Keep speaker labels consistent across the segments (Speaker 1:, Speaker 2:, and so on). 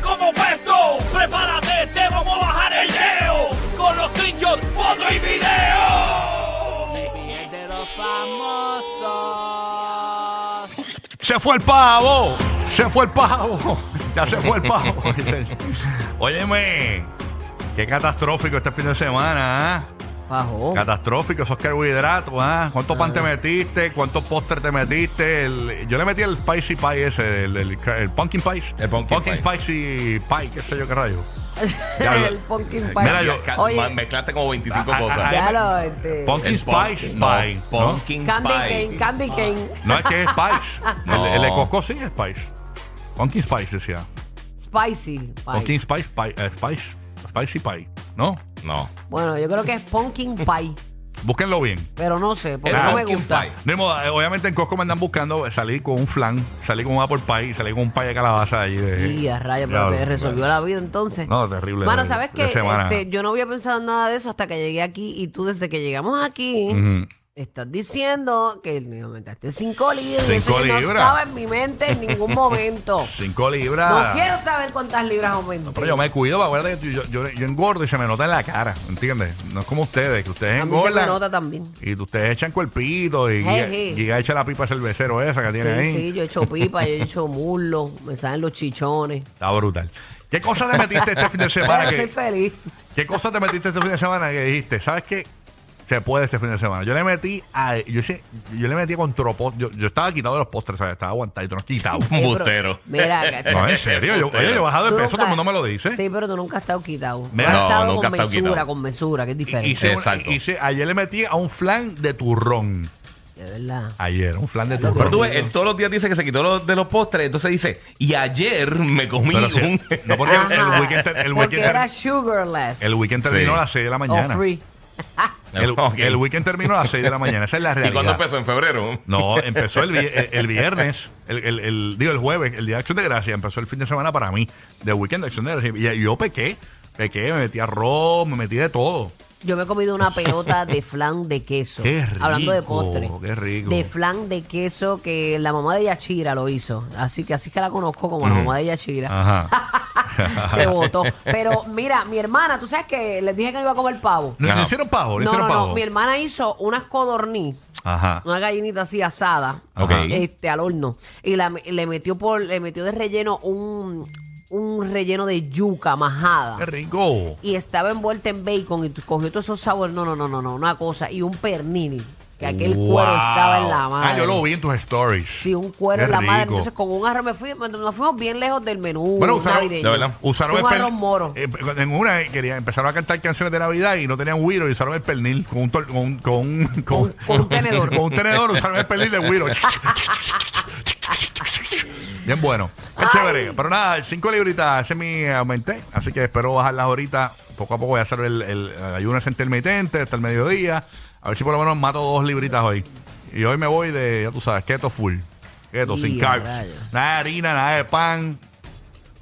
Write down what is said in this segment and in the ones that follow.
Speaker 1: como puesto. Prepárate, te vamos a bajar el leo. Con los screenshots, foto y video. de los famosos.
Speaker 2: ¡Se fue el pavo! ¡Se fue el pavo! ¡Ya se fue el pavo! Óyeme, qué catastrófico este fin de semana, ¿ah?
Speaker 3: Bajó.
Speaker 2: Catastrófico esos carbohidratos, ¿ah? ¿Cuánto pan te metiste? ¿Cuántos postres te metiste? El- yo le metí el spicy pie ese, el, el- el pumpkin pie.
Speaker 4: El pumpkin pie.
Speaker 2: spicy pie, qué sé yo qué rayo. Ya lo-
Speaker 3: el pumpkin pie.
Speaker 2: Mira, yo-
Speaker 4: Ma-
Speaker 3: Oye,
Speaker 4: Mezclaste como 25
Speaker 2: Ah, ah,
Speaker 4: cosas.
Speaker 2: ah,
Speaker 3: ya lo, este,
Speaker 2: Pumpkin
Speaker 4: El punk-
Speaker 2: spice
Speaker 4: no,
Speaker 2: pie. ¿no?
Speaker 4: Pumpkin
Speaker 3: Candy
Speaker 4: pie.
Speaker 3: cane, candy cane,
Speaker 2: No es que es spice.
Speaker 4: No.
Speaker 2: El, el de Costco sí es spice. Pumpkin spice decía.
Speaker 3: spicy. pie.
Speaker 2: Pumpkin spice pie, eh, spice, spicy pie, ¿no?
Speaker 4: No.
Speaker 3: Bueno, yo creo que es pumpkin pie,
Speaker 2: Búsquenlo bien.
Speaker 3: pero no sé, porque
Speaker 4: El
Speaker 3: no me
Speaker 4: pumpkin
Speaker 3: gusta.
Speaker 4: pie.
Speaker 2: De moda, eh, obviamente en Costco me andan buscando, eh, salí con un flan, salí con un apple pie y salí con un pie de calabaza allí de...
Speaker 3: Y a raya, pero
Speaker 2: Diablo,
Speaker 3: te resolvió la vida entonces.
Speaker 2: No, terrible.
Speaker 3: Bueno,
Speaker 2: de-
Speaker 3: ¿sabes
Speaker 2: de
Speaker 3: qué?
Speaker 2: semana.
Speaker 3: Este, yo no había pensado en nada de eso hasta que llegué aquí y tú desde que llegamos aquí
Speaker 2: Ujú.
Speaker 3: estás diciendo que me aumentaste 5 libras y eso
Speaker 2: Cinco
Speaker 3: que no
Speaker 2: libras.
Speaker 3: estaba en mi mente en ningún momento.
Speaker 2: Cinco libras.
Speaker 3: No quiero saber cuántas libras aumenté.
Speaker 2: Ah. Pero yo me cuido, acuérdate que yo, yo- yo engordo y se me nota en la cara, ¿entiendes? No es como ustedes, que ustedes
Speaker 3: A mí se me
Speaker 2: engordan
Speaker 3: nota también.
Speaker 2: y ustedes echan cuerpito
Speaker 3: Hey,
Speaker 2: y Giga-
Speaker 3: hey.
Speaker 2: Giga echa la pipa cervecero esa que tiene ahí.
Speaker 3: Sí, sí, yo he hecho pipa, yo he hecho muslo, me salen los chichones.
Speaker 2: Está brutal. ¿Qué cosa te metiste este fin de semana?
Speaker 3: Pero soy
Speaker 2: que,
Speaker 3: feliz.
Speaker 2: ¿Qué cosa te metiste este fin de semana que dijiste? ¿Sabes qué? Se puede este fin de semana. Yo le metí a. Yo, hice- yo le metí con tropo. Yo, yo estaba quitado de los postres, ¿sabes? Estaba aguantadito, no quitado.
Speaker 3: Eh,
Speaker 4: Un bustero.
Speaker 3: Mira, gacho.
Speaker 2: No, en serio. Yo, oye, yo he bajado
Speaker 3: Tú
Speaker 2: de peso,
Speaker 3: nunca-
Speaker 2: todo el mundo me lo dice.
Speaker 3: Sí, pero tú nunca has estado quitado.
Speaker 2: Mira,
Speaker 3: has
Speaker 2: no,
Speaker 3: estado
Speaker 4: nunca
Speaker 3: con
Speaker 4: he estado
Speaker 3: mesura,
Speaker 4: quitado.
Speaker 3: con mesura, que es diferente.
Speaker 2: Hice una-
Speaker 4: Exacto.
Speaker 2: hice- ayer le metí a un flan de turrón.
Speaker 3: de verdad.
Speaker 2: Ayer, un flan de
Speaker 4: Pero
Speaker 2: turrón.
Speaker 4: tú ves, él todos los días dice que se quitó los- de los postres. Entonces dice, y ayer me comí
Speaker 2: Pero sí,
Speaker 4: un.
Speaker 2: no, porque el- el
Speaker 3: Ajá.
Speaker 2: weekend, ter-
Speaker 3: Porque
Speaker 2: el weekend ter-
Speaker 3: era sugarless.
Speaker 2: el weekend terminó
Speaker 4: Sí.
Speaker 2: a las 6 de la
Speaker 3: o
Speaker 2: mañana.
Speaker 3: free.
Speaker 2: El,
Speaker 4: Ok.
Speaker 2: el weekend terminó a las 6 de la mañana. Esa es la realidad.
Speaker 4: ¿Y cuándo empezó? ¿En febrero?
Speaker 2: No, empezó el, vi- el- el viernes, el, el- el- digo el jueves, el día de Acción de Gracia, empezó el fin de semana para mí, de weekend de Acción de Gracia. Y yo pequé, pequé, me metí arroz, me metí de todo.
Speaker 3: Yo me he comido una pelota de flan de queso.
Speaker 2: Qué rico,
Speaker 3: hablando de postre.
Speaker 2: qué rico.
Speaker 3: De flan de queso que la mamá de Yachira lo hizo. Así que así que la conozco como la mamá de Yachira.
Speaker 2: Mm. Ajá.
Speaker 3: se votó. Pero mira, mi hermana, tú sabes que les dije que no iba a comer pavo.
Speaker 2: No,
Speaker 4: Ajá.
Speaker 2: le hicieron pavo, le
Speaker 3: No,
Speaker 2: hicieron
Speaker 3: no,
Speaker 2: pavo.
Speaker 3: no. Mi hermana hizo unas codorniz,
Speaker 2: Ajá.
Speaker 3: una gallinita así asada,
Speaker 4: Ok.
Speaker 3: este, al horno. Y la- le metió por, le metió de relleno un, un relleno de yuca
Speaker 2: Qué
Speaker 3: majada.
Speaker 2: rico.
Speaker 3: Y estaba envuelta en bacon y tú- cogió todos esos sabores. No, no, no, no, no, una cosa. Y un pernil, que aquel cuero
Speaker 2: Wow.
Speaker 3: estaba en la madre.
Speaker 2: Ah, yo lo vi en tus stories.
Speaker 3: Sí, un cuero
Speaker 2: Qué
Speaker 3: en la madre.
Speaker 2: rico.
Speaker 3: Entonces, con un arroz me fui, nos fuimos bien lejos del menú
Speaker 2: Bueno, usaron,
Speaker 3: Uh, navideño.
Speaker 4: de verdad,
Speaker 2: usaron
Speaker 3: Sí, un
Speaker 2: el
Speaker 3: arroz
Speaker 2: pernil.
Speaker 3: moro.
Speaker 2: Eh, en una eh, querían, empezaron a cantar canciones de Navidad y no tenían Wiro y usaron el pernil con un, tor- con, un- con, un-
Speaker 3: Con- con un tenedor.
Speaker 2: con un tenedor usaron el pernil de Wiro. Bien bueno. Qué chévere. Pero nada, cinco libritas ese mi aumenté. Así que espero bajarlas ahorita. Poco a poco voy a hacer el, el, ayuno ese intermitente hasta el mediodía. A ver si por lo menos mato dos libritas hoy. Y hoy me voy de, ya tú sabes, keto full. Keto, sin
Speaker 3: Y a
Speaker 2: carbs.
Speaker 3: rayos.
Speaker 2: Nada de harina, nada de pan.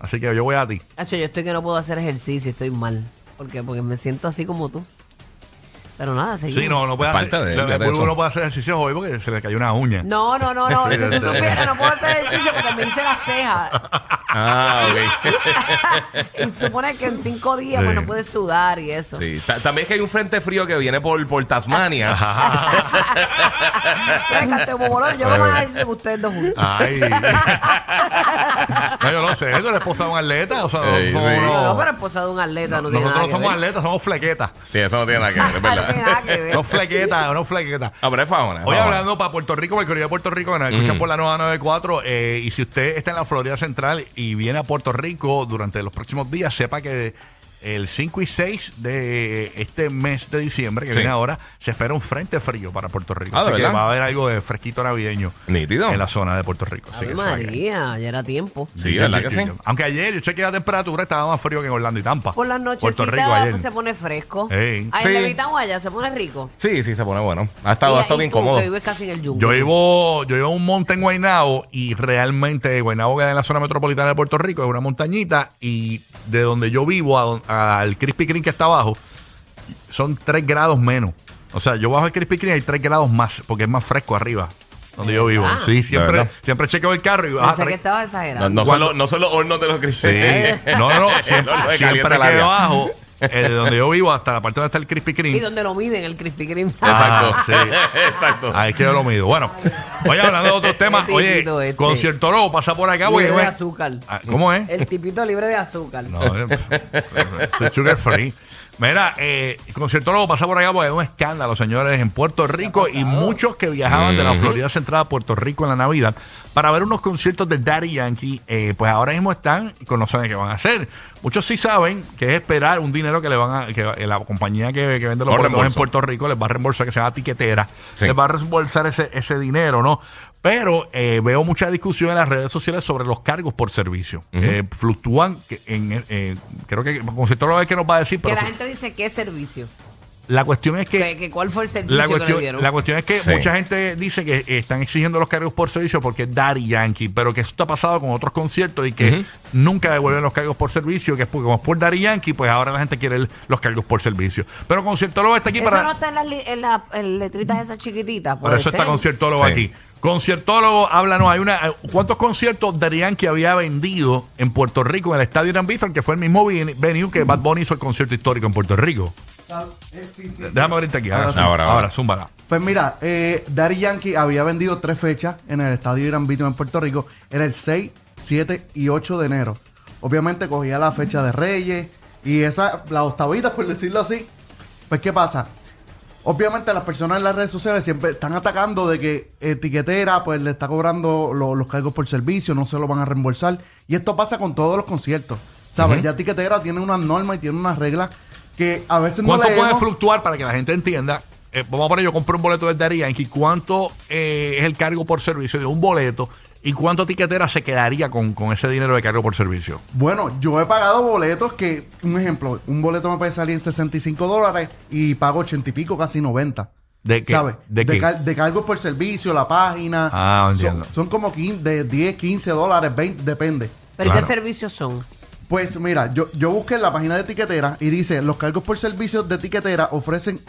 Speaker 2: Así que yo voy a ti.
Speaker 3: Hacho, yo estoy que no puedo hacer ejercicio, estoy mal. ¿Por qué? Porque me siento así como tú. Pero nada, seguimos.
Speaker 2: Sí, no, no puede hacer,
Speaker 4: Aparte de-
Speaker 2: la- la-
Speaker 4: de eso.
Speaker 2: uno puede hacer ejercicios hoy porque se le cayó una uña.
Speaker 3: No, no, no, no. Si tú supieras, no puedo hacer ejercicio porque me hice la ceja.
Speaker 4: Ah, ok.
Speaker 3: Y se supone que en cinco días,
Speaker 2: Sí.
Speaker 3: bueno, puedes sudar y eso.
Speaker 4: Sí. Ta- También es que hay un frente frío que viene por, por
Speaker 2: Ah,
Speaker 4: Tasmania.
Speaker 3: Mira, Castelo Bobolón, yo hago más ejercicio que ustedes dos juntos.
Speaker 2: Ay. no, yo no sé, tú eres esposa de un atleta. O sea, no
Speaker 4: Ey,
Speaker 2: somos
Speaker 4: sí.
Speaker 2: unos-
Speaker 3: No, no, pero ¿eh? esposa de un atleta no tiene
Speaker 2: nosotros
Speaker 3: nada
Speaker 2: no
Speaker 3: que
Speaker 2: somos
Speaker 3: ver.
Speaker 2: atletas, somos flequetas.
Speaker 4: Sí, eso no tiene nada que ver,
Speaker 3: No
Speaker 4: es
Speaker 3: tiene
Speaker 4: verdad.
Speaker 3: nada que ver.
Speaker 2: No flequetas, no flequetas.
Speaker 4: Ah, pero es fauna. es
Speaker 2: Hoy
Speaker 4: fauna. Mm.
Speaker 2: hablando para Puerto Rico, para el Correo de Puerto Rico, que nos escuchan por la 994, eh, y si usted está en la Florida Central y, y viene a Puerto Rico durante los próximos días, sepa que el 5 y 6 de este mes de diciembre, que
Speaker 4: Sí.
Speaker 2: viene ahora, se espera un frente frío para Puerto Rico.
Speaker 4: Ah, ¿de
Speaker 2: Así que
Speaker 4: verdad?
Speaker 2: va a haber algo de fresquito navideño
Speaker 4: Nítido.
Speaker 2: en la zona de Puerto Rico.
Speaker 3: Ave
Speaker 2: Así que eso es que-
Speaker 3: María, ya era tiempo.
Speaker 4: Sí, ¿verdad que sí?
Speaker 2: Aunque ayer yo chequeé la temperatura, estaba más frío que en Orlando y Tampa.
Speaker 3: Por las
Speaker 2: Puerto Rico
Speaker 3: nochecitas
Speaker 2: ayer.
Speaker 3: pues, se pone fresco.
Speaker 2: Ey.
Speaker 3: Ahí
Speaker 4: Sí.
Speaker 3: en Levitán, allá se pone rico.
Speaker 4: Sí, sí, se pone bueno. Ha estado,
Speaker 3: Y-
Speaker 4: ha estado
Speaker 3: y
Speaker 4: bien
Speaker 3: tú,
Speaker 4: cómodo.
Speaker 3: que vives casi en el yunque.
Speaker 2: Yo vivo, yo vivo en un monte en Guaynabo y realmente Guaynabo queda en la zona metropolitana de Puerto Rico, es una montañita y de donde yo vivo a don- al Krispy Kreme que está abajo son 3 grados menos. O sea, yo bajo el Krispy Kreme y hay 3 grados más porque es más fresco arriba donde yo vivo.
Speaker 3: verdad?
Speaker 2: Sí, siempre,
Speaker 4: verdad?
Speaker 2: siempre chequeo el carro y baja
Speaker 3: Pensé que
Speaker 2: tres-
Speaker 3: estaba
Speaker 4: No,
Speaker 3: exagerando.
Speaker 4: no son los, no son los hornos de los
Speaker 2: Sí.
Speaker 4: cristales.
Speaker 2: No, no,
Speaker 4: No,
Speaker 2: siempre,
Speaker 4: no, calienta
Speaker 2: siempre
Speaker 4: el
Speaker 2: que
Speaker 4: área.
Speaker 2: bajo, eh, de donde yo vivo hasta la parte donde está el Krispy
Speaker 3: Y
Speaker 2: Kreme.
Speaker 3: donde lo miden, el Krispy Kreme.
Speaker 4: Exacto.
Speaker 2: Ah, sí.
Speaker 4: Exacto.
Speaker 2: Ahí es que yo lo mido. Bueno, oye, hablando de otros temas,
Speaker 3: Qué
Speaker 2: oye,
Speaker 3: tiquito este.
Speaker 2: concierto lobo pasa por acá.
Speaker 3: libre
Speaker 2: Porque,
Speaker 3: de
Speaker 2: bueno,
Speaker 3: azúcar.
Speaker 2: ah, ¿Cómo es?
Speaker 3: El tipito libre de azúcar.
Speaker 2: No, eh, soy sugar free. Mira, eh, concierto lobo pasa por acá porque es un escándalo, señores, en Puerto Rico y muchos que viajaban de la Florida Central a Puerto Rico en la Navidad para ver unos conciertos de Daddy Yankee, eh, pues ahora mismo están y con- no saben qué van a hacer. Muchos sí saben que es esperar un dinero que le van a, que eh, la compañía que, que vende los
Speaker 4: Los
Speaker 2: boletos en
Speaker 4: reembolsos.
Speaker 2: Puerto Rico les va a reembolsar, que se llama tiquetera,
Speaker 4: Sí.
Speaker 2: les va a reembolsar ese, ese dinero, ¿no? Pero eh, veo mucha discusión en las redes sociales sobre los cargos por servicio. Eh, fluctúan, que en, eh, creo que Concepto lo que nos va a decir,
Speaker 3: Que
Speaker 2: pero
Speaker 3: la
Speaker 2: su-
Speaker 3: gente dice que es servicio.
Speaker 2: la cuestión es que...
Speaker 3: Que, que ¿Cuál fue el servicio
Speaker 2: La
Speaker 3: que le
Speaker 2: cuestión,
Speaker 3: dieron?
Speaker 2: la cuestión es que
Speaker 4: Sí.
Speaker 2: mucha gente dice que eh, están exigiendo los cargos por servicio porque es Daddy Yankee, pero que eso está pasado con otros conciertos y que nunca devuelven los cargos por servicio, que es porque como es por Daddy Yankee, pues ahora la gente quiere el- los cargos por servicio. Pero Concierto Lobo está aquí
Speaker 3: Eso
Speaker 2: para...
Speaker 3: no está en las, li- en las- en letritas esas chiquititas.
Speaker 2: Por
Speaker 3: puede
Speaker 2: eso está
Speaker 3: ser.
Speaker 2: conciertólogo
Speaker 4: Sí.
Speaker 2: aquí. Conciertólogo, háblanos. Hay una, eh, ¿Cuántos conciertos Daddy que había vendido en Puerto Rico, en el Estadio Irán Bithorn, que fue el mismo vi- venue que Bad Bunny hizo el concierto histórico en Puerto Rico?
Speaker 5: Eh,
Speaker 2: Déjame abrirte aquí. Ahora,
Speaker 5: Ahora
Speaker 2: sí.
Speaker 5: sí.
Speaker 4: Ahora, ahora.
Speaker 2: ahora zúmbala.
Speaker 5: Ah, Pues mira, eh, Daddy Yankee había vendido tres fechas en el estadio Irán Bithorn en Puerto Rico. Era el 6, 7 y 8 de enero. Obviamente cogía la fecha de Reyes y esa, la octavita, por decirlo así. Pues, ¿qué pasa? Obviamente las personas en las redes sociales siempre están atacando de que etiquetera pues le está cobrando lo- los cargos por servicio, no se lo van a reembolsar. Y esto pasa con todos los conciertos. ¿Sabes? Ya etiquetera tiene unas normas y tiene unas reglas que a veces no
Speaker 2: ¿Cuánto puede
Speaker 5: leemos.
Speaker 2: fluctuar para que la gente entienda? Eh, vamos a poner, yo compré un boleto de Daddy Yankee. ¿Cuánto eh, es el cargo por servicio de un boleto? ¿Y cuánto tiquetera se quedaría con, con ese dinero de cargo por servicio?
Speaker 5: Bueno, yo he pagado boletos que, un ejemplo, un boleto me puede salir en 65 dólares y pago 80 y pico, casi 90.
Speaker 2: ¿De qué?
Speaker 5: ¿Sabes?
Speaker 2: ¿De qué?
Speaker 5: cal- de cargos por servicio, la página.
Speaker 2: Ah,
Speaker 5: Son-
Speaker 2: entiendo.
Speaker 5: Son, como quin- de 10, 15 dólares, 20, depende.
Speaker 3: ¿Pero
Speaker 2: Claro.
Speaker 3: qué servicios son?
Speaker 5: Pues mira, yo, yo busqué en la página de etiquetera y dice, los cargos por servicio de etiquetera ofrecen,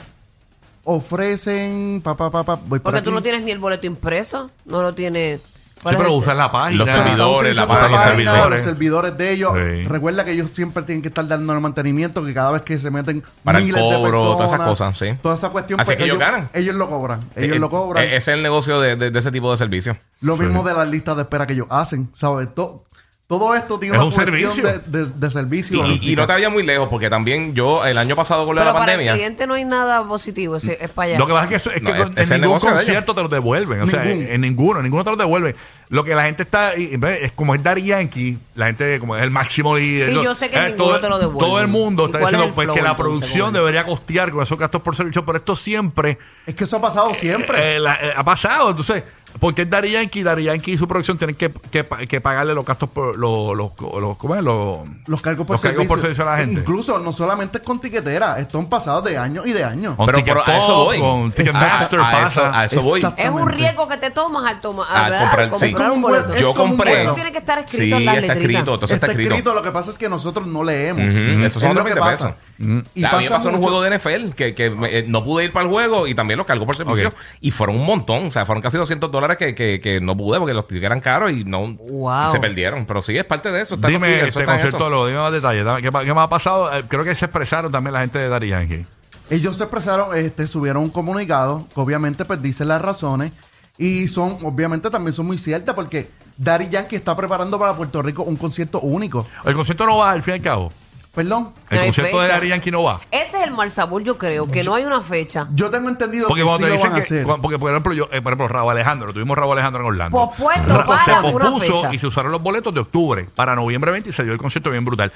Speaker 5: ofrecen, pa, pa, pa, pa, voy por
Speaker 3: Porque tú
Speaker 5: aquí.
Speaker 3: no tienes ni el boleto impreso, no lo tienes. ¿Cuál
Speaker 2: Sí,
Speaker 3: es
Speaker 2: pero
Speaker 3: ese?
Speaker 2: usas la página.
Speaker 4: Los
Speaker 5: Pero están
Speaker 4: servidores, la
Speaker 5: utilizando
Speaker 4: página, los
Speaker 5: los
Speaker 2: servidores.
Speaker 5: servidores. de ellos.
Speaker 2: Sí.
Speaker 5: Recuerda que ellos siempre tienen que estar dando el mantenimiento, que cada vez que se meten
Speaker 4: Para el
Speaker 5: miles de
Speaker 4: cobro,
Speaker 5: personas.
Speaker 4: todas esas cosas, sí.
Speaker 5: Toda esa cuestión. pues,
Speaker 4: Así que ellos
Speaker 5: ellos
Speaker 4: ganan.
Speaker 5: Ellos lo cobran. Ellos
Speaker 4: Eh,
Speaker 5: lo cobran.
Speaker 4: eh, Ese es el negocio de, de- de ese tipo de servicio.
Speaker 5: lo mismo de las listas de espera que ellos hacen, ¿sabes? To- todo esto tiene
Speaker 2: Es
Speaker 5: una
Speaker 2: un
Speaker 5: cuestión
Speaker 2: servicio.
Speaker 5: de, de- de servicio.
Speaker 4: Y, y no te vayas muy lejos, porque también yo el año pasado con lo de
Speaker 3: Pero
Speaker 4: la
Speaker 3: para el
Speaker 4: pandemia.
Speaker 3: cliente no hay nada positivo, ese- es para allá.
Speaker 2: Lo que pasa es que, eso- es
Speaker 4: No,
Speaker 2: que
Speaker 4: es-
Speaker 2: con-
Speaker 4: es
Speaker 2: en
Speaker 4: el
Speaker 2: ningún
Speaker 4: negocio de
Speaker 2: concierto te lo devuelven. O sea, en,
Speaker 5: Ningún.
Speaker 2: en ninguno, en ninguno te lo devuelven. Lo que la gente está, y- y ve, es como es Daddy Yankee, la gente como es el máximo líder.
Speaker 3: Sí,
Speaker 2: lo-
Speaker 3: yo sé que en
Speaker 2: eh,
Speaker 3: ninguno te lo devuelven.
Speaker 2: Todo el mundo
Speaker 3: ¿Y
Speaker 2: está
Speaker 3: cuál es
Speaker 2: diciendo
Speaker 3: el
Speaker 2: pues,
Speaker 3: flow,
Speaker 2: que la
Speaker 3: entonces,
Speaker 2: producción
Speaker 3: Goldie?
Speaker 2: debería costear con esos gastos por servicio, pero esto siempre
Speaker 5: es que eso ha pasado siempre.
Speaker 2: eh, la- eh, ha pasado. Entonces, porque es Daddy Yankee, Daddy Yankee y su producción tienen que, que pa- que pagarle los gastos por los, los, los- ¿cómo es? Los-
Speaker 5: los cargos por
Speaker 2: los cargos
Speaker 5: servicio.
Speaker 2: por servicio a la gente.
Speaker 5: Incluso no solamente es con tiquetera, esto han pasado de años y de años.
Speaker 2: Con
Speaker 4: Pero, pero a eso
Speaker 2: Ticketpop,
Speaker 4: voy.
Speaker 2: Con Ticketmaster
Speaker 4: a, a eso,
Speaker 2: pasa.
Speaker 4: a eso voy.
Speaker 5: Exacto.
Speaker 3: es un
Speaker 5: Exactamente.
Speaker 3: riesgo que te tomas al tomar
Speaker 4: Al comprar- sí.
Speaker 3: un
Speaker 5: Como un
Speaker 3: boleto.
Speaker 5: buen-
Speaker 4: Yo
Speaker 5: es como un
Speaker 4: compré.
Speaker 3: Eso tiene que estar escrito en
Speaker 4: sí,
Speaker 3: las
Speaker 4: está
Speaker 3: letritas.
Speaker 4: escrito. Entonces está, escrito.
Speaker 5: lo que pasa es que nosotros no leemos.
Speaker 4: Ujú,
Speaker 5: Es
Speaker 4: Esos son los
Speaker 5: lo que
Speaker 4: 20 pesos.
Speaker 5: pasa.
Speaker 4: Y a mí me pasó en un
Speaker 5: mucho-
Speaker 4: juego de NFL que, que me- eh, no pude ir para el juego y también lo cargó por servicio.
Speaker 2: Ok.
Speaker 4: Y fueron un montón. O sea, fueron casi 200 dólares que, que, que no pude porque los tickets eran caros y no
Speaker 3: Wow.
Speaker 4: y se perdieron. Pero sí, es parte de eso. está en los
Speaker 2: Dime
Speaker 4: tickets,
Speaker 2: este
Speaker 4: eso está en eso.
Speaker 2: conciertólogo, dime más detalles. dame, ¿Qué, pa- qué más ha pasado? Eh, creo que se expresaron también la gente de Daddy Yankee.
Speaker 5: Ellos se expresaron, este, subieron un comunicado que obviamente pues dicen las razones y son, obviamente también son muy ciertas porque Daddy Yankee está preparando para Puerto Rico un concierto único.
Speaker 2: El concierto no va al fin y al cabo.
Speaker 5: Perdón.
Speaker 2: El
Speaker 3: No hay
Speaker 2: concierto de
Speaker 3: fecha.
Speaker 2: Dari Yankee no va.
Speaker 3: Ese es el mal sabor, yo creo, que no hay una fecha.
Speaker 5: Yo tengo entendido
Speaker 2: Porque
Speaker 5: que sí
Speaker 2: cuando te
Speaker 5: lo
Speaker 2: dicen
Speaker 5: van a
Speaker 2: que,
Speaker 5: hacer.
Speaker 2: cuando- porque por ejemplo, yo, eh, por ejemplo, Raúl Alejandro, tuvimos Raúl Alejandro en Orlando.
Speaker 3: Pospuesto
Speaker 2: Ra-
Speaker 3: para
Speaker 2: se
Speaker 3: una
Speaker 2: pospuso
Speaker 3: fecha.
Speaker 2: y se usaron los boletos de octubre para noviembre 20 y se dio el concierto bien brutal.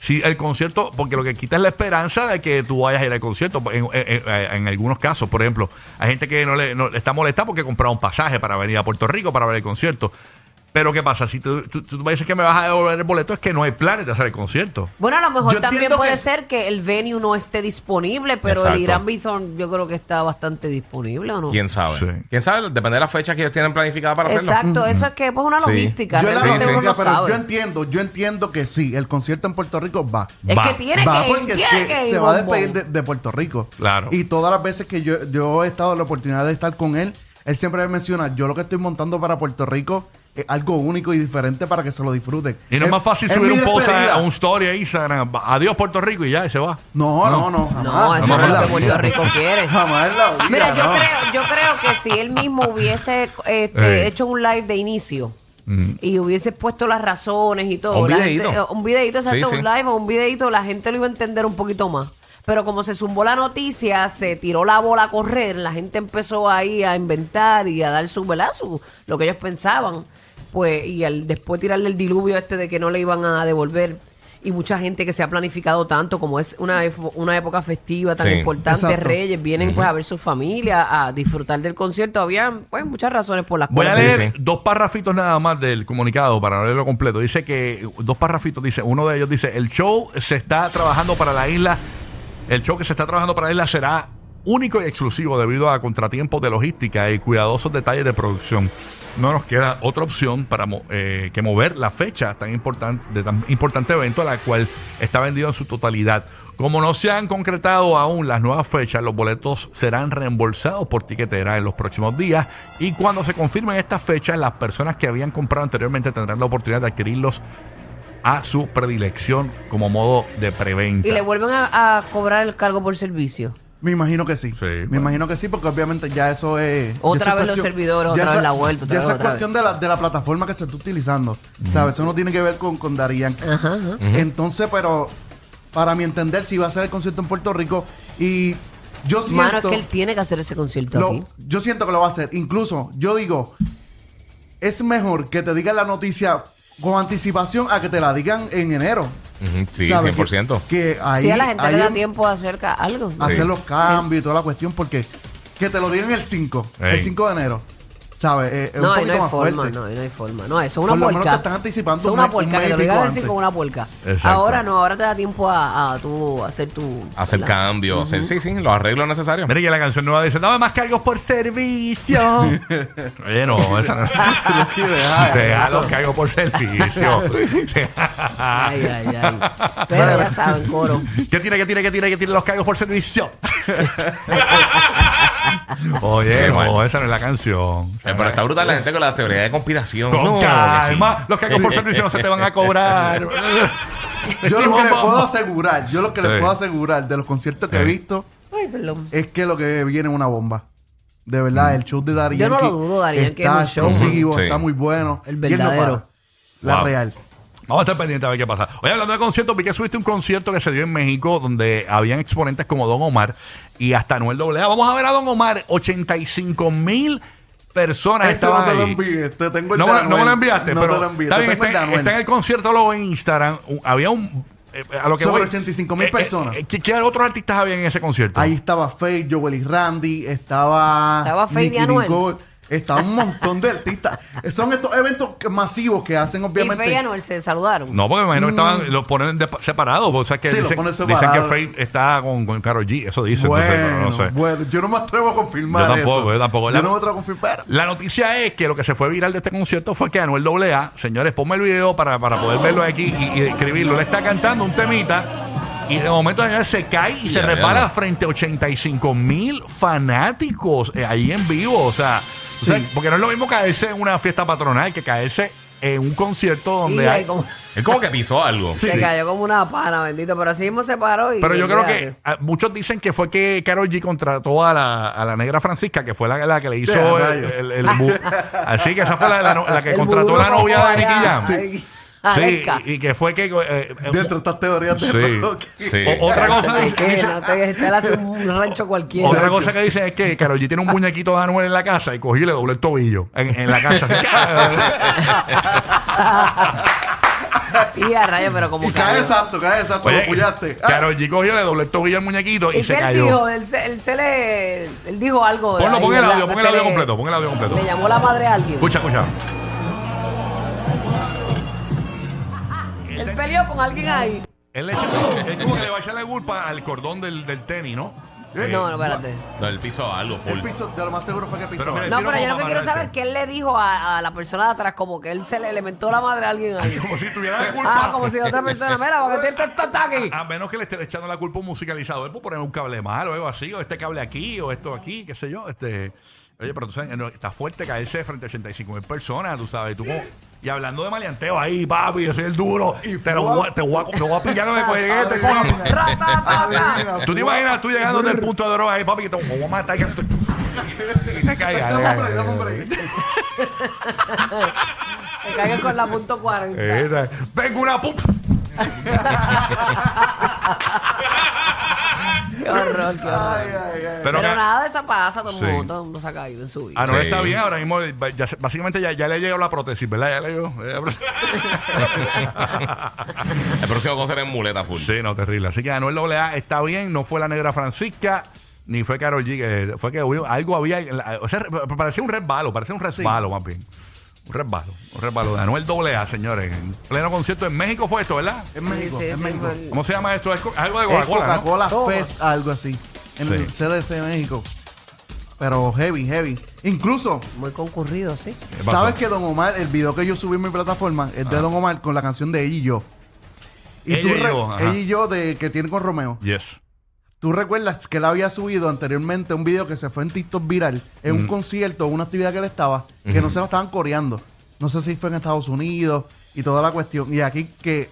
Speaker 2: Sí, el concierto, porque lo que quita es la esperanza de que tú vayas a ir al concierto. pues, En, en- en- en algunos casos, por ejemplo, hay gente que no le no- está molesta porque compraron un pasaje para venir a Puerto Rico para ver el concierto. Pero ¿qué pasa? Si tú, tú- tú me dices que me vas a devolver el boleto, es que no hay planes de hacer el concierto.
Speaker 3: Bueno, a lo mejor
Speaker 5: Yo
Speaker 3: también
Speaker 5: entiendo
Speaker 3: puede
Speaker 5: que-
Speaker 3: ser que el venue no esté disponible, pero
Speaker 4: Exacto.
Speaker 3: el Irán Bison yo creo que está bastante disponible, ¿o no?
Speaker 4: ¿Quién sabe?
Speaker 2: Sí.
Speaker 4: ¿Quién sabe? Depende de las fechas que ellos tienen planificadas para hacerlo.
Speaker 3: Exacto, eso es que es pues, una
Speaker 4: Sí.
Speaker 3: logística.
Speaker 5: Yo, la
Speaker 3: realmente
Speaker 4: sí, sí.
Speaker 3: uno
Speaker 5: lógica,
Speaker 3: no
Speaker 5: pero
Speaker 3: sabe.
Speaker 5: yo entiendo, yo entiendo que sí, el concierto en Puerto Rico va.
Speaker 3: Es
Speaker 2: Va,
Speaker 3: que tiene
Speaker 5: va
Speaker 3: que ir,
Speaker 5: porque es
Speaker 3: tiene
Speaker 5: que
Speaker 3: que ir,
Speaker 5: se va a
Speaker 3: bombón.
Speaker 5: despedir de, de Puerto Rico.
Speaker 2: Claro.
Speaker 5: Y todas las veces que yo, yo he estado en la oportunidad de estar con él, él siempre me menciona, yo lo que estoy montando para Puerto Rico es algo único y diferente para que se lo disfruten.
Speaker 2: Y no es más fácil
Speaker 5: es
Speaker 2: subir
Speaker 5: mi
Speaker 2: un post a,
Speaker 5: despedida.
Speaker 2: a un story a Instagram. Adiós Puerto Rico y ya, y se va.
Speaker 5: No, no, no, jamás.
Speaker 3: No, eso
Speaker 5: jamás
Speaker 3: no
Speaker 5: en
Speaker 3: es lo
Speaker 5: la
Speaker 3: que Puerto
Speaker 5: vida.
Speaker 3: Rico quiere.
Speaker 5: Jamás en la vida,
Speaker 3: Mira, yo
Speaker 5: no.
Speaker 3: creo, yo creo que si él mismo hubiese este,
Speaker 2: Eh.
Speaker 3: hecho un live de inicio
Speaker 5: Mm.
Speaker 3: y hubiese puesto las razones y todo,
Speaker 4: Un
Speaker 3: la
Speaker 4: videíto.
Speaker 3: gente- eh, un videíto, exacto,
Speaker 4: Sí, sí.
Speaker 3: un live o pues, un videíto, la gente lo iba a entender un poquito más. Pero como se zumbó la noticia, se tiró la bola a correr, la gente empezó ahí a inventar y a dar su velazo, lo que ellos pensaban, pues, y al después tirarle el diluvio este de que no le iban a devolver. Y mucha gente que se ha planificado tanto, como es una, efo- una época festiva tan
Speaker 4: Sí.
Speaker 3: importante,
Speaker 5: Exacto.
Speaker 3: Reyes, vienen pues a ver su familia, a disfrutar del concierto. Había pues muchas razones por las
Speaker 2: Voy a
Speaker 4: Sí,
Speaker 2: leer
Speaker 4: sí.
Speaker 2: dos parrafitos nada más del comunicado para no leerlo completo. Dice que dos parrafitos, dice, uno de ellos dice, el show se está trabajando para la isla, el show que se está trabajando para la isla será único y exclusivo debido a contratiempos de logística y cuidadosos detalles de producción. No nos queda otra opción para mo- eh, que mover la fecha tan importante de tan importante evento a la cual está vendido en su totalidad. Como no se han concretado aún las nuevas fechas, los boletos serán reembolsados por tiquetera en los próximos días y cuando se confirmen estas fechas, las personas que habían comprado anteriormente tendrán la oportunidad de adquirirlos a su predilección como modo de preventa.
Speaker 3: Y le vuelven a, a cobrar el cargo por servicio.
Speaker 5: Me imagino que sí.
Speaker 2: Sí,
Speaker 5: me
Speaker 2: bueno.
Speaker 5: imagino que sí, porque obviamente ya eso es.
Speaker 3: Otra
Speaker 5: ya eso es
Speaker 3: vez los servidores, otra
Speaker 5: ya
Speaker 3: vez
Speaker 5: esa-
Speaker 3: la vuelta, otra
Speaker 5: ya
Speaker 3: vez,
Speaker 5: esa es
Speaker 3: otra
Speaker 5: cuestión de la, de la plataforma que se está utilizando. ¿Sabes? Eso no tiene que ver con, con Daddy Yankee. Entonces, pero para mi entender, si va a ser el concierto en Puerto Rico y yo siento.
Speaker 3: Mano, es que él tiene que hacer ese concierto
Speaker 5: lo-
Speaker 3: aquí.
Speaker 5: yo siento que lo va a hacer. Incluso, yo digo, es mejor que te digan la noticia con anticipación a que te la digan en enero.
Speaker 4: Ujú, Sí,
Speaker 5: ¿Sabes?
Speaker 4: 100%.
Speaker 5: Que, que ahí,
Speaker 3: Si a la gente
Speaker 5: ahí
Speaker 3: le da
Speaker 5: em-
Speaker 3: tiempo de hacer ca- algo.
Speaker 5: hacer
Speaker 4: Sí.
Speaker 5: los cambios y toda la cuestión, porque que te lo digan el 5,
Speaker 2: Ey.
Speaker 5: el 5 de enero, ¿sabes? Eh, Es,
Speaker 3: No,
Speaker 5: un
Speaker 3: ahí
Speaker 5: poquito
Speaker 3: no hay
Speaker 5: más
Speaker 3: forma,
Speaker 5: fuerte.
Speaker 3: no, ahí no hay forma. No, eso es
Speaker 5: Por
Speaker 3: una
Speaker 5: lo menos
Speaker 3: puerca.
Speaker 5: te están anticipando
Speaker 3: Eso es
Speaker 5: un
Speaker 3: una
Speaker 5: mes- un
Speaker 3: puerca,
Speaker 5: mes
Speaker 3: que
Speaker 5: y
Speaker 3: te lo digas
Speaker 5: pico
Speaker 3: así
Speaker 5: antes.
Speaker 3: como una puerca.
Speaker 2: Exacto.
Speaker 3: Ahora no, ahora te da tiempo a, a tú hacer tu...
Speaker 4: Hacer
Speaker 3: la-
Speaker 4: cambios, hacer, sí, sí, los arreglos necesarios.
Speaker 2: Mira, y la canción nueva dice, dame más cargos por servicio. Oye, no, esa no.
Speaker 5: Sí, deja,
Speaker 2: Te da
Speaker 5: eso.
Speaker 2: los cargos por servicio.
Speaker 3: Ay, ay, ay. Pero ya saben, coro.
Speaker 2: ¿Qué tiene, qué tiene, qué tiene, qué tiene los cargos por servicio? Oye,
Speaker 4: Qué
Speaker 2: no,
Speaker 4: mal.
Speaker 2: esa no es la canción.
Speaker 4: Eh, pero está brutal la gente con las teorías de conspiración.
Speaker 2: Con
Speaker 4: No, que sí.
Speaker 2: calma, los cargos por servicio no se te van a cobrar.
Speaker 5: Yo lo que le
Speaker 2: Vamos.
Speaker 5: puedo asegurar, yo lo que
Speaker 2: Sí.
Speaker 5: le puedo asegurar de los conciertos que he
Speaker 2: Sí.
Speaker 5: visto
Speaker 3: Ay, perdón.
Speaker 5: es que lo que viene es una bomba. De
Speaker 2: Mm.
Speaker 5: verdad, el show de Dari
Speaker 3: Yo no lo dudo, Daddy Yankee es
Speaker 5: está
Speaker 3: un show.
Speaker 5: explosivo,
Speaker 4: Sí.
Speaker 5: está muy bueno.
Speaker 3: El
Speaker 5: y él no
Speaker 3: verdadero.
Speaker 5: para. La
Speaker 2: Wow.
Speaker 5: real.
Speaker 2: Vamos a estar pendientes a ver qué pasa. Oye, hablando de conciertos, vi que subiste un concierto que se dio en México donde habían exponentes como Don Omar y hasta Noel Doblea. Vamos a ver a Don Omar, 85 mil personas
Speaker 5: Ese
Speaker 2: estaban
Speaker 5: no te lo
Speaker 2: allí.
Speaker 5: envié, te tengo el
Speaker 2: no,
Speaker 5: de
Speaker 2: me- no
Speaker 5: Anuel.
Speaker 2: me lo enviaste,
Speaker 5: No
Speaker 2: pero
Speaker 5: te lo envié,
Speaker 2: está,
Speaker 5: te
Speaker 2: bien,
Speaker 5: tengo el de
Speaker 2: está,
Speaker 5: Anuel.
Speaker 2: está en el concierto luego en Instagram. un- había un... eh, a lo que voy-
Speaker 5: Sobre
Speaker 2: eh,
Speaker 5: 85,000 personas.
Speaker 2: ¿qué, qué otros artistas habían en ese concierto?
Speaker 5: Ahí estaba Faith, Joel y Randy, estaba.
Speaker 3: Estaba Feid y
Speaker 5: Nicki
Speaker 3: Anuel.
Speaker 5: Nicole, Estaba un montón de artistas. Son estos eventos que- masivos que hacen, obviamente.
Speaker 3: Y Fey y Anuel se saludaron.
Speaker 2: No, porque me imagino que estaban, los ponen de- separados. O sea, que
Speaker 5: Mm. Sí, lo
Speaker 2: dicen,
Speaker 5: ponen
Speaker 2: dicen
Speaker 5: separado.
Speaker 2: que Faith está con, con Karol G. Eso dice.
Speaker 5: bueno,
Speaker 2: entonces, pero no sé.
Speaker 5: bueno, yo no me atrevo a confirmar.
Speaker 2: Yo tampoco,
Speaker 5: eso.
Speaker 2: yo tampoco. La-
Speaker 5: no me atrevo a confirmar.
Speaker 2: La noticia es que lo que se fue viral de este concierto fue que Anuel AA, señores, ponme el video para, para poder verlo aquí y, y describirlo. Le está cantando un temita y de momento señores se cae y se
Speaker 4: Ya,
Speaker 2: repara
Speaker 4: ya.
Speaker 2: frente a 85 mil fanáticos eh, ahí en vivo. O sea, o sea,
Speaker 5: Sí.
Speaker 2: porque no es lo mismo caerse en una fiesta patronal que caerse en un concierto donde
Speaker 3: Y ahí
Speaker 2: hay.
Speaker 3: como-
Speaker 4: Es como que pisó algo.
Speaker 3: Se cayó como una pana, bendito. Pero así mismo se paró y...
Speaker 2: Pero yo creo que
Speaker 3: olvídate.
Speaker 2: ah, muchos dicen que fue que Carol G contrató a la, a la negra Francisca, que fue la, la que le hizo
Speaker 5: Ya,
Speaker 2: el,
Speaker 5: rayos.
Speaker 2: el- el bu- Así que esa fue la, la no- la que
Speaker 3: El
Speaker 2: contrató
Speaker 3: burro
Speaker 2: la novia de
Speaker 3: allá.
Speaker 2: Nicky Jam.
Speaker 3: Ay,
Speaker 2: Sí,
Speaker 3: Alexa.
Speaker 2: y, y que fue que... eh, eh,
Speaker 5: Dentro de estas teorías de
Speaker 4: Sí,
Speaker 5: reloj.
Speaker 4: sí.
Speaker 2: o- otra cosa...
Speaker 3: Chacho,
Speaker 2: dice-
Speaker 3: que
Speaker 2: dice-
Speaker 3: no te, te la hace un rancho cualquiera.
Speaker 2: Otra cosa que dice es que Karol G tiene un muñequito de Anuel en la casa y cogí y le doblé el tobillo en, en la casa.
Speaker 3: Y a raya, pero como
Speaker 5: Y cae
Speaker 3: cayó.
Speaker 5: exacto, cae exacto, lo puyaste. Ah,
Speaker 2: Karol G cogió, le doblé el tobillo al muñequito y,
Speaker 3: ¿Y
Speaker 2: se
Speaker 3: qué él
Speaker 2: cayó.
Speaker 3: dijo? Él, se- él se le. Él dijo algo. de
Speaker 2: Ponlo,
Speaker 3: ahí,
Speaker 2: pon el
Speaker 3: ¿verdad?
Speaker 2: audio, pon
Speaker 3: Se
Speaker 2: el audio
Speaker 3: le-
Speaker 2: completo, pon el audio completo.
Speaker 3: Le llamó la madre a alguien.
Speaker 2: Escucha, escucha.
Speaker 3: Él peleó con alguien ahí.
Speaker 2: Él, le echa- él como que le va a echar la culpa al cordón del, del tenis, ¿no? Eh,
Speaker 3: No, no, espérate.
Speaker 4: No, el piso algo full.
Speaker 5: el piso, de lo más seguro fue que pisó.
Speaker 2: Pero mira,
Speaker 3: No,
Speaker 2: Tiro
Speaker 3: pero yo lo que
Speaker 2: como
Speaker 3: quiero
Speaker 2: para
Speaker 3: saber es
Speaker 2: adelante.
Speaker 3: qué él le dijo a, a la persona de atrás, como que él se le elementó la madre a alguien ahí.
Speaker 2: Como si tuviera la culpa.
Speaker 3: Ah, como si otra persona, mira, porque tiene esto está aquí.
Speaker 2: A menos que le esté echando la culpa a un musicalizador por poner un cable mal o algo así, o este cable aquí, o esto aquí, qué sé yo. este Oye, pero tú sabes, no, está fuerte caerse frente a 85 mil personas, tú sabes. Tú como- Y hablando de maleanteo ahí, papi, yo soy el duro. te, lo voy, a- te, voy a, te voy a pillar de cohete,
Speaker 5: Adivina.
Speaker 2: papi.
Speaker 3: Ra, ta, ta, ta.
Speaker 2: ¿Tú te imaginas tú llegando al punto de droga ahí, papi, que te voy a matar? Que te, que te caiga, te
Speaker 5: Dame un break,
Speaker 2: caiga.
Speaker 5: dame un break.
Speaker 3: Te caigo con la punto 40.
Speaker 2: Eh, está- Vengo una puta.
Speaker 3: Qué horror, qué horror.
Speaker 5: Ay, ay, ay.
Speaker 3: Pero,
Speaker 2: Pero que-
Speaker 3: nada de esa pasa, todo el
Speaker 2: Sí.
Speaker 3: mundo, todo el mundo se ha caído en su vida.
Speaker 2: Ah, no
Speaker 4: Sí.
Speaker 2: está bien ahora mismo. ya se- básicamente ya, ya le llegó la prótesis, ¿verdad? Ya le llegó. ya la prótesis.
Speaker 4: El próximo concert es muleta full.
Speaker 2: sí, no, terrible. Así que Anuel AA está bien, no fue la negra Francisca, ni fue Carol G, que fue que hubo- algo había. en la- O sea, re- parecía un resbalo, parecía un resbalo más bien. Un resbalo, un resbalo de Anuel AA, señores. En pleno concierto en México fue esto, ¿verdad?
Speaker 5: En México,
Speaker 3: Sí, sí,
Speaker 5: en
Speaker 3: sí,
Speaker 5: México.
Speaker 3: fue el-
Speaker 2: ¿Cómo se llama esto? Es co- algo de
Speaker 5: Es
Speaker 2: Coca-Cola. ¿no?
Speaker 5: Coca-Cola
Speaker 3: Toma.
Speaker 5: Fest, algo así. En
Speaker 2: Sí.
Speaker 5: el CDC de México. Pero heavy, heavy. Incluso,
Speaker 3: Muy concurrido, sí.
Speaker 2: pasó?
Speaker 5: ¿sabes que Don Omar, el video que yo subí en mi plataforma es de Don Omar con la canción de Ella y yo?
Speaker 2: Ella y
Speaker 5: re-
Speaker 2: yo, ajá.
Speaker 5: Ella y yo, de, que tiene con Romeo.
Speaker 2: Yes.
Speaker 5: ¿Tú recuerdas que él había subido anteriormente un video que se fue en TikTok viral en un concierto, una actividad que él estaba, que no se la estaban coreando? No sé si fue en Estados Unidos y toda la cuestión. Y aquí que,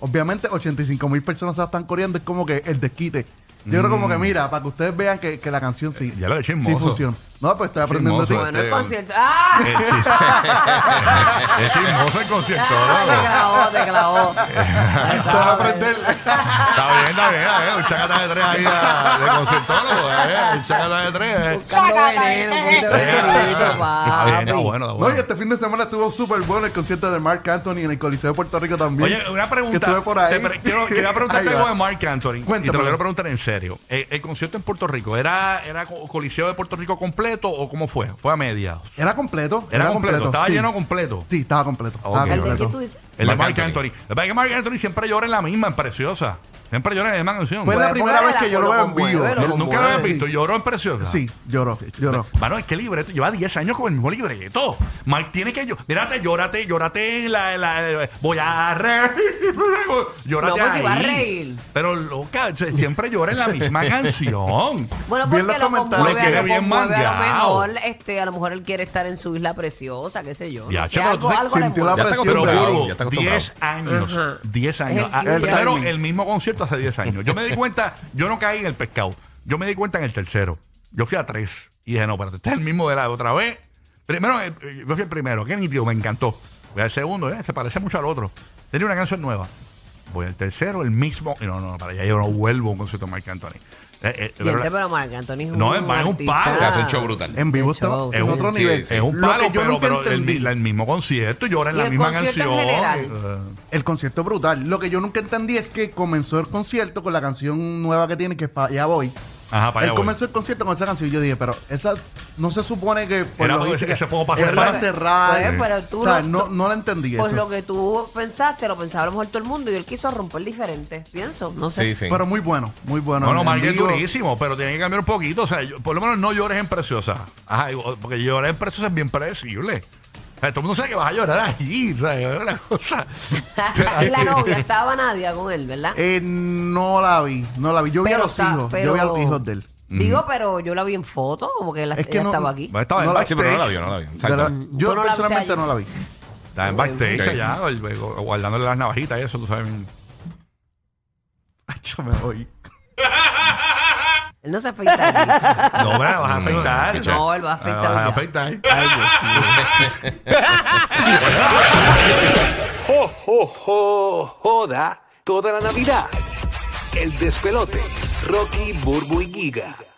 Speaker 5: obviamente, 85 mil personas se la están coreando, es como que el desquite. Yo creo como que, mira, para que ustedes vean que, que la canción sí,
Speaker 2: Mm. Eh, Ya lo de chismoso.
Speaker 5: sí funciona. No, pues estoy aprendiendo de ti.
Speaker 2: Chismoso,
Speaker 3: Bueno, el
Speaker 2: Este,
Speaker 3: concierto. ¡Ah!
Speaker 2: Es chis- es chismoso el concierto.
Speaker 3: Ah,
Speaker 2: ¿no?
Speaker 3: Te clavó, te clavó. Ahí
Speaker 5: Te van a
Speaker 3: está,
Speaker 5: aprender.
Speaker 2: Está bien, está bien, está bien. Un chacata de tres ahí a- de conciertólogo, eh. Un chacata de tres. eh.
Speaker 3: buscando veneno, un poquito de venenito,
Speaker 2: Está bien, está
Speaker 3: papi.
Speaker 2: bueno, está
Speaker 5: No, y
Speaker 2: bueno.
Speaker 5: este fin de semana estuvo súper bueno el concierto de Mark Anthony en el Coliseo de Puerto Rico también.
Speaker 2: Oye, una
Speaker 5: Que
Speaker 2: pregunta.
Speaker 5: estuve por ahí.
Speaker 2: Te pre- quiero, quería preguntarte
Speaker 5: Ahí va.
Speaker 2: algo de Mark Anthony. Y te
Speaker 5: Cuéntame.
Speaker 2: lo quiero preguntar en serio. Eh, ¿El, concierto en Puerto Rico era, era co- coliseo de Puerto Rico completo o cómo fue? ¿Fue a mediados?
Speaker 5: Era completo.
Speaker 2: Era, completo, estaba
Speaker 5: sí.
Speaker 2: lleno completo.
Speaker 5: Sí, estaba completo.
Speaker 2: Ah,
Speaker 5: estaba
Speaker 2: ok.
Speaker 3: ¿El de
Speaker 5: completo.
Speaker 3: quién tú dices?
Speaker 2: El de
Speaker 4: Marc
Speaker 2: Mark Anthony.
Speaker 4: Anthony.
Speaker 2: La verdad es que Mark Anthony siempre llora en la misma, en Preciosa. Siempre llora en la misma canción.
Speaker 5: Fue la
Speaker 3: Pues,
Speaker 5: primera vez
Speaker 3: póngala,
Speaker 5: que yo lo
Speaker 3: pues,
Speaker 5: veo en
Speaker 3: lo
Speaker 5: vivo.
Speaker 3: conmueve,
Speaker 2: No,
Speaker 3: lo
Speaker 2: nunca lo había
Speaker 3: conmueve.
Speaker 2: visto. Lloró en Preciosa.
Speaker 5: Sí, lloró, lloró.
Speaker 2: Mano, es que libreto. Lleva 10 años con el mismo libreto. Mike tiene que. llo- Mírate, llórate, llórate. La, la- voy a reír. Llórate.
Speaker 3: No, pues, si
Speaker 2: ahí.
Speaker 3: va a reír.
Speaker 2: Pero loca, o sea, siempre llora en la misma canción.
Speaker 3: Bueno,
Speaker 5: Vi
Speaker 3: porque
Speaker 5: en los
Speaker 3: lo
Speaker 5: comentarios.
Speaker 3: conmueve,
Speaker 2: Le queda
Speaker 3: lo
Speaker 2: bien
Speaker 3: conmueve, a lo
Speaker 2: mangao.
Speaker 3: mejor, este, a lo mejor él quiere estar en su isla preciosa, qué sé yo.
Speaker 2: Ya,
Speaker 3: no sé,
Speaker 2: che, pero
Speaker 3: algo,
Speaker 2: tú
Speaker 3: algo le
Speaker 5: sintió la
Speaker 3: mueve.
Speaker 4: Ya está
Speaker 5: presión
Speaker 4: acostumbrado,
Speaker 5: de-
Speaker 2: Pero
Speaker 4: ya está
Speaker 2: Burbu,
Speaker 4: acostumbrado.
Speaker 2: 10 años.
Speaker 3: Ajá.
Speaker 2: 10 años.
Speaker 3: Es el
Speaker 2: Ah,
Speaker 5: timing.
Speaker 2: Primero,
Speaker 5: timing.
Speaker 2: el mismo concierto hace 10 años. Yo me di cuenta, yo no caí en el pescado. Yo me di cuenta en el tercero. Yo fui a tres. Y dije, no, pero este es el mismo de la de otra vez. Primero, eh, yo fui el primero. Qué nítido, me encantó. Voy al segundo, eh, se parece mucho al otro. Tenía una canción nueva. Voy al tercero, el mismo. y No, no, no, para allá yo no vuelvo a un concierto de Marc Anthony. Eh, eh,
Speaker 3: Y entre,
Speaker 2: pero-
Speaker 3: pero Marc Anthony es un
Speaker 2: No, es- es un
Speaker 3: artista.
Speaker 2: palo.
Speaker 4: Se hace un show brutal.
Speaker 5: En vivo
Speaker 3: De
Speaker 5: está
Speaker 3: show,
Speaker 5: en
Speaker 2: sí.
Speaker 5: otro
Speaker 4: Sí,
Speaker 5: nivel.
Speaker 4: sí.
Speaker 2: es un
Speaker 5: Lo
Speaker 2: palo,
Speaker 5: que yo
Speaker 2: pero,
Speaker 5: nunca
Speaker 2: pero el, mi-
Speaker 5: entendí-
Speaker 2: la- el mismo concierto. Llora en
Speaker 3: Y
Speaker 2: la
Speaker 3: el
Speaker 2: misma
Speaker 3: concierto en
Speaker 2: canción.
Speaker 3: general.
Speaker 2: Eh,
Speaker 5: El concierto es brutal. Lo que yo nunca entendí es que comenzó el concierto con la canción nueva que tiene, que es Pa' Ya Voy.
Speaker 2: Ajá, para
Speaker 5: Él
Speaker 2: allá voy.
Speaker 5: comenzó el concierto con esa canción y yo dije, pero esa no se supone que por
Speaker 2: Era
Speaker 5: logística,
Speaker 2: porque ese fue para
Speaker 5: era
Speaker 2: cerrar.
Speaker 5: para cerrar.
Speaker 3: Pues, pero tú
Speaker 5: o sea,
Speaker 3: lo-
Speaker 5: no, no la entendí
Speaker 3: Pues
Speaker 5: eso.
Speaker 3: lo que tú pensaste, lo pensaba a lo mejor todo el mundo y él quiso romper diferente, pienso, no sé.
Speaker 4: Sí, sí.
Speaker 5: Pero muy bueno, muy bueno.
Speaker 2: No, no,
Speaker 5: En
Speaker 2: Mark es
Speaker 5: vivo,
Speaker 2: durísimo, pero tiene que cambiar un poquito. O sea, yo- por lo menos no llores en Preciosa. Ajá, digo, porque llorar en Preciosa es bien predecible. O sea, todo el mundo sabe que vas a llorar allí, o sea, es una cosa.
Speaker 3: y la novia estaba Nadia con él, ¿verdad?
Speaker 5: eh, no la vi, no la vi. Yo vi a
Speaker 3: Pero
Speaker 5: los
Speaker 3: está-
Speaker 5: hijos, yo
Speaker 3: pero-
Speaker 5: vi a los hijos de él.
Speaker 3: Digo, pero yo la vi en foto, como que la,
Speaker 5: Es que
Speaker 3: ella
Speaker 5: no-
Speaker 3: estaba aquí.
Speaker 2: Bueno, estaba en
Speaker 5: No la-
Speaker 4: Sí,
Speaker 2: backstage.
Speaker 4: pero no la vio, no la vio.
Speaker 5: De la-
Speaker 4: Exacto.
Speaker 5: yo
Speaker 3: Tú no la viste
Speaker 5: personalmente
Speaker 3: allí.
Speaker 5: no la vi.
Speaker 2: Estaba en backstage
Speaker 4: Ok.
Speaker 2: allá, gu- gu- guardándole las navajitas y eso, tú sabes.
Speaker 5: Ay, yo me voy.
Speaker 3: Él no se afeita.
Speaker 2: No, hombre, vas a
Speaker 4: No, no,
Speaker 2: afeitar.
Speaker 4: no,
Speaker 3: no, él va a
Speaker 2: Ah,
Speaker 3: afeitar.
Speaker 2: vas a
Speaker 3: ya.
Speaker 2: afeitar.
Speaker 3: Ay, Dios mío.
Speaker 2: ¡Oh,
Speaker 6: jo, jo, joda toda la Navidad. El despelote. Rocky, Burbu y Giga.